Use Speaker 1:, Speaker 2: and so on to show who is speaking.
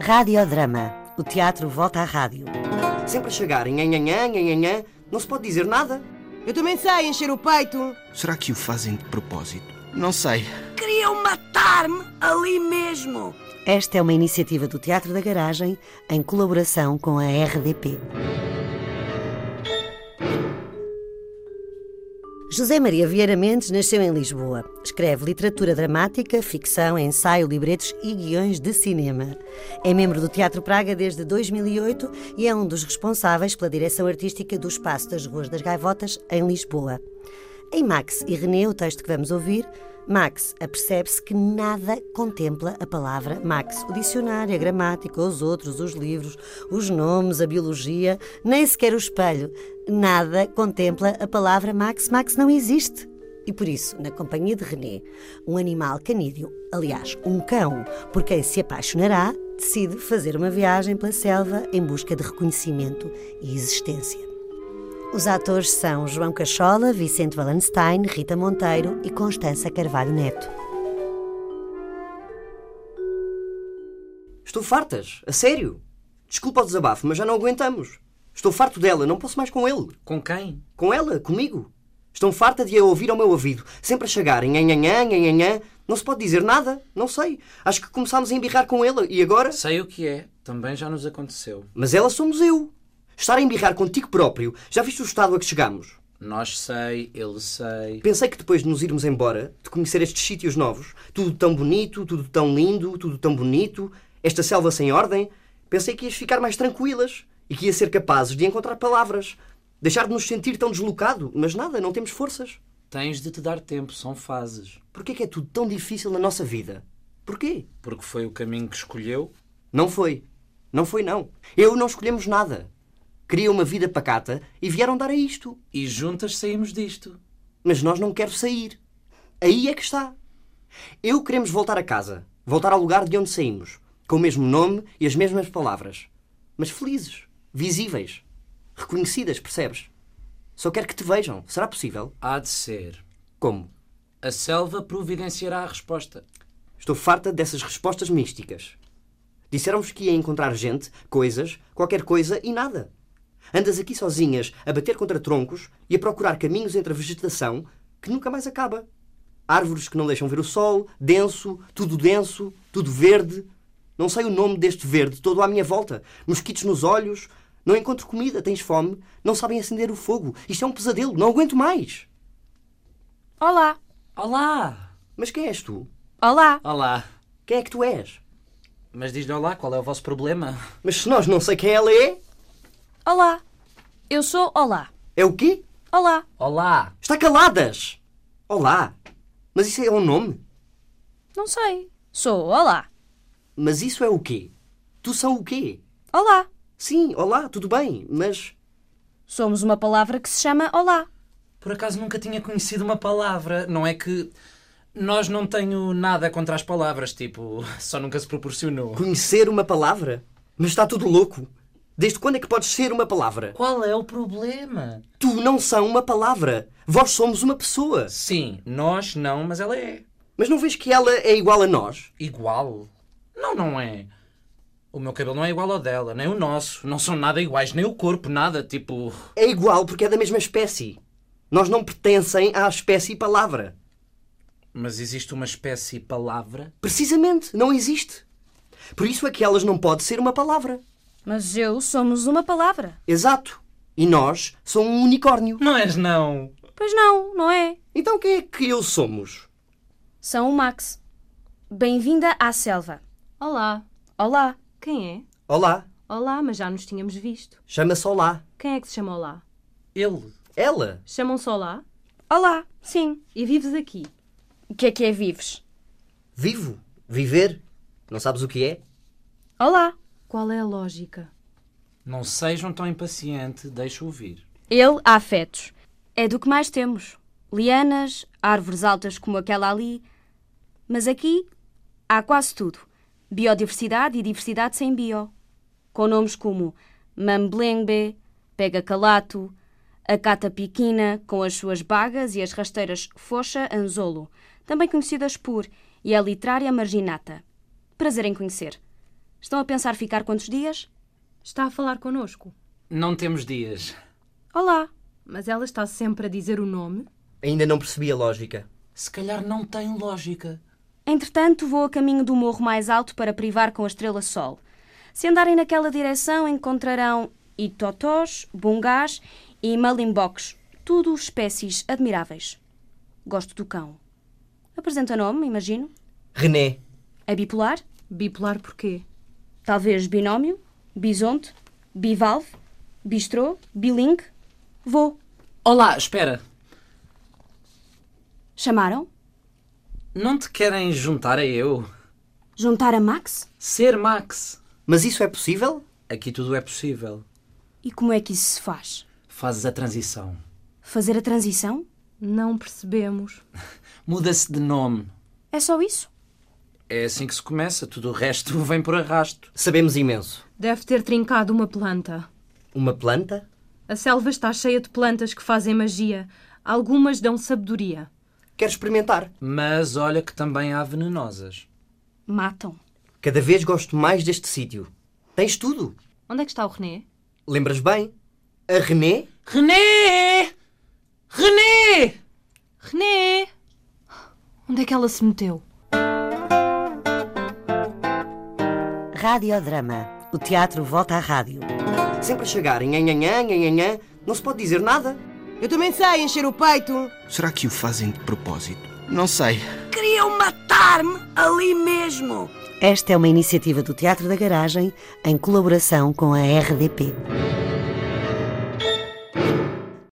Speaker 1: Radiodrama. O teatro volta à rádio.
Speaker 2: Sempre a chegar em anhanhã, anhanhã, não se pode dizer nada.
Speaker 3: Eu também sei encher o peito.
Speaker 4: Será que o fazem de propósito? Não sei.
Speaker 5: Queriam matar-me ali mesmo.
Speaker 1: Esta é uma iniciativa do Teatro da Garagem em colaboração com a RDP. José Maria Vieira Mendes nasceu em Lisboa. Escreve literatura dramática, ficção, ensaio, libretos e guiões de cinema. É membro do Teatro Praga desde 2008 e é um dos responsáveis pela direção artística do Espaço das Ruas das Gaivotas, em Lisboa. Em Max e René, o texto que vamos ouvir, Max apercebe-se que nada contempla a palavra Max. O dicionário, a gramática, os outros, os livros, os nomes, a biologia, nem sequer o espelho. Nada contempla a palavra Max. Max não existe. E por isso, na companhia de René, um animal canídeo, aliás, um cão, por quem se apaixonará, decide fazer uma viagem pela selva em busca de reconhecimento e existência. Os atores são João Cachola, Vicente Wallenstein, Rita Monteiro e Constança Carvalho Neto.
Speaker 2: Estou fartas, a sério. Desculpa o desabafo, mas já não aguentamos. Estou farto dela, não posso mais com ele.
Speaker 6: Com quem?
Speaker 2: Com ela, comigo. Estão farta de a ouvir ao meu ouvido, sempre a chegar em anhanhã, anhanhã. Não se pode dizer nada, não sei. Acho que começámos a embirrar com ela e agora.
Speaker 6: Sei o que é, também já nos aconteceu.
Speaker 2: Mas ela somos eu. Estar a embirrar contigo próprio, já viste o estado a que chegamos?
Speaker 6: Nós sei, ele sei.
Speaker 2: Pensei que depois de nos irmos embora, de conhecer estes sítios novos, tudo tão bonito, tudo tão lindo, tudo tão bonito, esta selva sem ordem, pensei que ias ficar mais tranquilas e que ia ser capazes de encontrar palavras, deixar de nos sentir tão deslocado, mas nada, não temos forças.
Speaker 6: Tens de te dar tempo, são fases.
Speaker 2: Porquê que é tudo tão difícil na nossa vida? Porquê?
Speaker 6: Porque foi o caminho que escolheu.
Speaker 2: Não foi. Não foi não. Eu não escolhemos nada. Queriam uma vida pacata e vieram dar a isto.
Speaker 6: E juntas saímos disto.
Speaker 2: Mas nós não queremos sair. Aí é que está. Eu queremos voltar a casa, voltar ao lugar de onde saímos, com o mesmo nome e as mesmas palavras. Mas felizes, visíveis, reconhecidas, percebes? Só quero que te vejam. Será possível?
Speaker 6: Há de ser.
Speaker 2: Como?
Speaker 6: A selva providenciará a resposta.
Speaker 2: Estou farta dessas respostas místicas. Disseram-vos que ia encontrar gente, coisas, qualquer coisa e nada. Andas aqui sozinhas a bater contra troncos e a procurar caminhos entre a vegetação que nunca mais acaba. Árvores que não deixam ver o sol, denso, tudo denso, tudo verde. Não sei o nome deste verde todo à minha volta. Mosquitos nos olhos, não encontro comida, tens fome, não sabem acender o fogo. Isto é um pesadelo, não aguento mais.
Speaker 7: Olá,
Speaker 6: Olá!
Speaker 2: Mas quem és tu?
Speaker 7: olá,
Speaker 6: Olá!
Speaker 2: Quem é que tu és?
Speaker 6: Mas diz-lhe olá, qual é o vosso problema?
Speaker 2: Mas se nós não sei quem ela é,
Speaker 7: olá. Eu sou Olá.
Speaker 2: é o quê?
Speaker 7: Olá,
Speaker 6: Olá!
Speaker 2: Está caladas! Olá! Mas isso é um nome?
Speaker 7: não sei. Sou Olá.
Speaker 2: Mas isso é o quê? Tu são o quê?
Speaker 7: Olá.
Speaker 2: Sim, olá, tudo bem, mas.
Speaker 7: Somos uma palavra que se chama Olá.
Speaker 6: Por acaso nunca tinha conhecido uma palavra, não é que. Nós não tenho nada contra as palavras, tipo, só nunca se proporcionou.
Speaker 2: Conhecer uma palavra? Mas está tudo louco! Desde quando é que podes ser uma palavra?
Speaker 6: Qual é o problema?
Speaker 2: Tu não são uma palavra! Vós somos uma pessoa!
Speaker 6: Sim, nós não, mas ela é.
Speaker 2: Mas não vês que ela é igual a nós?
Speaker 6: Igual? Não, não é. O meu cabelo não é igual ao dela, nem o nosso. Não são nada iguais, nem o corpo, nada. Tipo.
Speaker 2: É igual porque é da mesma espécie. Nós não pertencem à espécie palavra.
Speaker 6: Mas existe uma espécie palavra?
Speaker 2: Precisamente, não existe. Por isso é que elas não podem ser uma palavra.
Speaker 7: Mas eu somos uma palavra.
Speaker 2: Exato. E nós somos um unicórnio.
Speaker 6: Não és, não.
Speaker 7: Pois não, não é?
Speaker 2: Então quem é que eu somos?
Speaker 7: São o Max. Bem-vinda à selva.
Speaker 8: Olá,
Speaker 7: Olá.
Speaker 8: quem é?
Speaker 2: Olá.
Speaker 8: Olá, mas já nos tínhamos visto.
Speaker 2: Chama-se Olá.
Speaker 8: Quem é que se chama Olá?
Speaker 6: Ele.
Speaker 2: Ela.
Speaker 8: Chamam-se Olá
Speaker 7: Olá. Sim.
Speaker 8: e vives aqui.
Speaker 7: O que é que é vives?
Speaker 2: Vivo. Viver. Não sabes o que é?
Speaker 7: Olá.
Speaker 8: Qual é a lógica?
Speaker 6: Não sejam tão impaciente, deixa ouvir.
Speaker 7: Ele há afetos. É do que mais temos. Lianas, árvores altas como aquela ali. Mas aqui há quase tudo. Biodiversidade e diversidade sem bio. Com nomes como Mamblembe, Pega Calato, a Cata Piquina, com as suas bagas e as rasteiras Focha Anzolo, também conhecidas por e a Litrária Marginata. Prazer em conhecer. Estão a pensar ficar quantos dias?
Speaker 8: Está a falar connosco.
Speaker 6: Não temos dias.
Speaker 7: Olá.
Speaker 8: Mas ela está sempre a dizer o nome.
Speaker 2: Ainda não percebi a lógica.
Speaker 6: Se calhar não tem lógica.
Speaker 7: Entretanto, vou a caminho do morro mais alto para privar com a estrela Sol. Se andarem naquela direção, encontrarão itotós, bungás e malimboques, tudo espécies admiráveis. Gosto do cão. Apresenta nome, imagino.
Speaker 2: René,
Speaker 7: É bipolar?
Speaker 8: Bipolar porquê?
Speaker 7: Talvez binómio, bisonte, bivalve, bistrô, bilingue. Vou.
Speaker 6: Olá, Ah, espera.
Speaker 7: Chamaram?
Speaker 6: Não te querem juntar a eu?
Speaker 7: Juntar a Max?
Speaker 6: Ser Max.
Speaker 2: mas isso é possível?
Speaker 6: Aqui tudo é possível.
Speaker 7: E como é que isso se faz?
Speaker 6: Fazes a transição.
Speaker 7: Fazer a transição?
Speaker 8: Não percebemos.
Speaker 6: Muda-se de nome.
Speaker 7: É só isso?
Speaker 6: É assim que se começa. Tudo o resto vem por arrasto.
Speaker 2: Sabemos imenso.
Speaker 8: Deve ter trincado uma planta.
Speaker 2: Uma planta?
Speaker 8: A selva está cheia de plantas que fazem magia. Algumas dão sabedoria.
Speaker 2: Quero experimentar.
Speaker 6: Mas olha que também há venenosas.
Speaker 7: Matam.
Speaker 2: Cada vez gosto mais deste sítio. Tens tudo.
Speaker 8: Onde é que está o René?
Speaker 2: Lembras bem? A René?
Speaker 6: René! René!
Speaker 8: René! Onde é que ela se meteu?
Speaker 1: Radiodrama. O teatro volta à rádio.
Speaker 2: Sempre a chegar. Nhanhanhã, nhanhanhã. Não se pode dizer nada.
Speaker 3: Eu também sei encher o peito.
Speaker 4: Será que o fazem de propósito? Não sei.
Speaker 5: Queriam matar-me ali mesmo.
Speaker 1: Esta é uma iniciativa do Teatro da Garagem em colaboração com a RDP.